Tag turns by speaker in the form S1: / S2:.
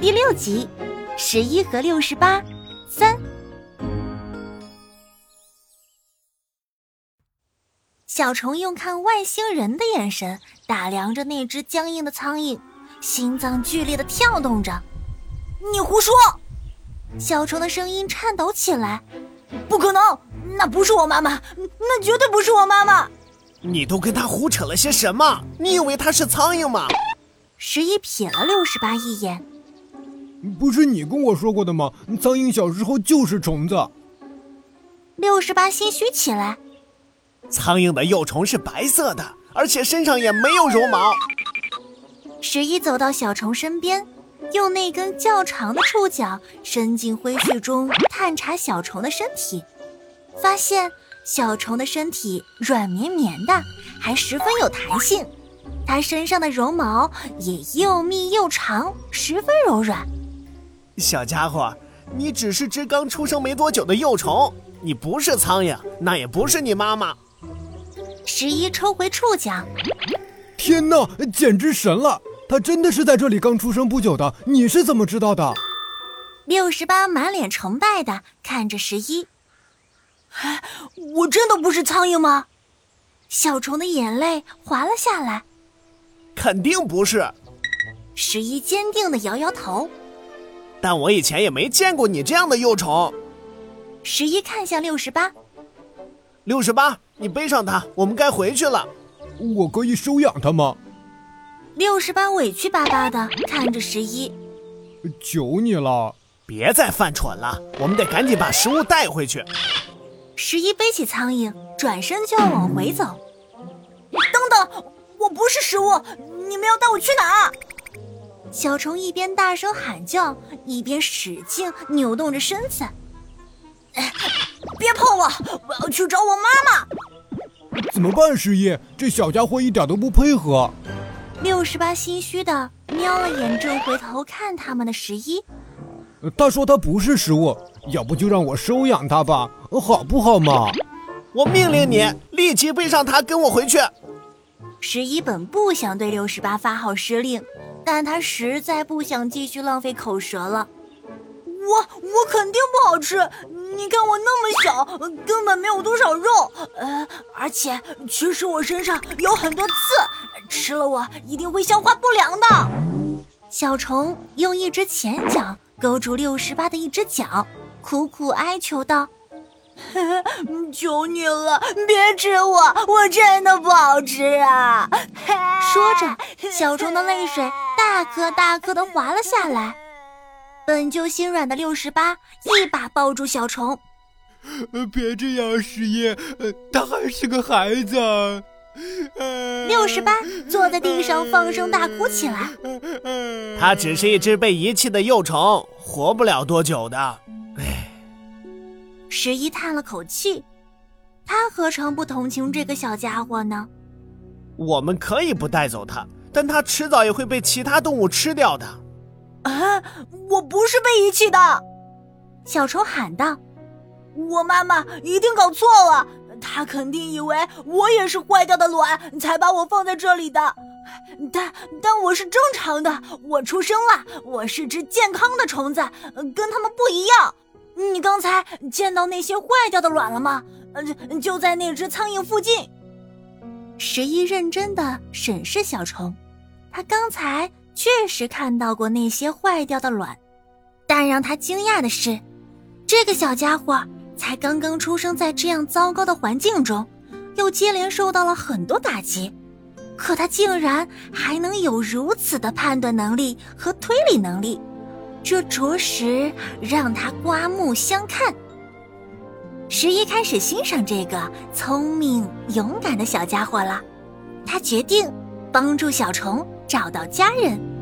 S1: 第六集，十一和六十八，三。小虫用看外星人的眼神打量着那只僵硬的苍蝇，心脏剧烈的跳动着。
S2: 你胡说！
S1: 小虫的声音颤抖起来。
S2: 不可能，那不是我妈妈，那绝对不是我妈妈。
S3: 你都跟他胡扯了些什么？你以为他是苍蝇吗？
S1: 十一瞥了六十八一眼。
S4: 不是你跟我说过的吗？苍蝇小时候就是虫子。
S1: 六十八心虚起来。
S3: 苍蝇的幼虫是白色的，而且身上也没有绒毛。
S1: 十一走到小虫身边，用那根较长的触角伸进灰絮中探查小虫的身体，发现小虫的身体软绵绵的，还十分有弹性。它身上的绒毛也又密又长，十分柔软。
S3: 小家伙，你只是只刚出生没多久的幼虫，你不是苍蝇，那也不是你妈妈。
S1: 十一抽回触角，
S4: 天哪，简直神了！它真的是在这里刚出生不久的，你是怎么知道的？
S1: 六十八满脸崇拜的看着十一，啊
S2: 我真的不是苍蝇吗？
S1: 小虫的眼泪滑了下来。
S3: 肯定不是，
S1: 十一坚定的摇摇头。
S3: 但我以前也没见过你这样的幼虫。
S1: 十一看向六十八，
S3: 六十八，你背上它，我们该回去了。
S4: 我可以收养它吗？
S1: 六十八委屈巴巴的看着十一，
S4: 求你了，
S3: 别再犯蠢了，我们得赶紧把食物带回去。
S1: 十一背起苍蝇，转身就要往回走。
S2: 等等。我不是食物，你们要带我去哪儿？
S1: 小虫一边大声喊叫，一边使劲扭动着身子。呃
S2: 别碰我！我要去找我妈
S4: 妈。怎么办，十一？这小家伙一点都不配合。
S1: 六十八心虚的瞄了眼正回头看他们的十一。
S4: 他说他不是食物，要不就让我收养他吧，好不好嘛？
S3: 我命令你立即背上他，跟我回去。
S1: 十一本不想对六十八发号施令，但他实在不想继续浪费口舌了。
S2: 我我肯定不好吃，你看我那么小，根本没有多少肉，呃，而且其实我身上有很多刺，吃了我一定会消化不良的。
S1: 小虫用一只前脚勾住六十八的一只脚，苦苦哀求道。
S2: 求你了，别吃我，我真的不好吃啊！
S1: 说着，小虫的泪水大颗大颗的滑了下来。本就心软的六十八一把抱住小虫，
S4: 呃别这样，十一，他还是个孩子。
S1: 六十八坐在地上放声大哭起来。
S3: 他只是一只被遗弃的幼虫，活不了多久的。唉。
S1: 十一叹了口气，他何尝不同情这个小家伙呢？
S3: 我们可以不带走它，但它迟早也会被其他动物吃掉的。
S2: 啊！我不是被遗弃的，
S1: 小虫喊道：“
S2: 我妈妈一定搞错了，她肯定以为我也是坏掉的卵，才把我放在这里的。但但我是正常的，我出生了，我是只健康的虫子，跟他们不一样。”你刚才见到那些坏掉的卵了吗？呃，就在那只苍蝇附近。
S1: 十一认真的审视小虫，他刚才确实看到过那些坏掉的卵，但让他惊讶的是，这个小家伙才刚刚出生在这样糟糕的环境中，又接连受到了很多打击，可他竟然还能有如此的判断能力和推理能力。这着实让他刮目相看。十一开始欣赏这个聪明勇敢的小家伙了，他决定帮助小虫找到家人。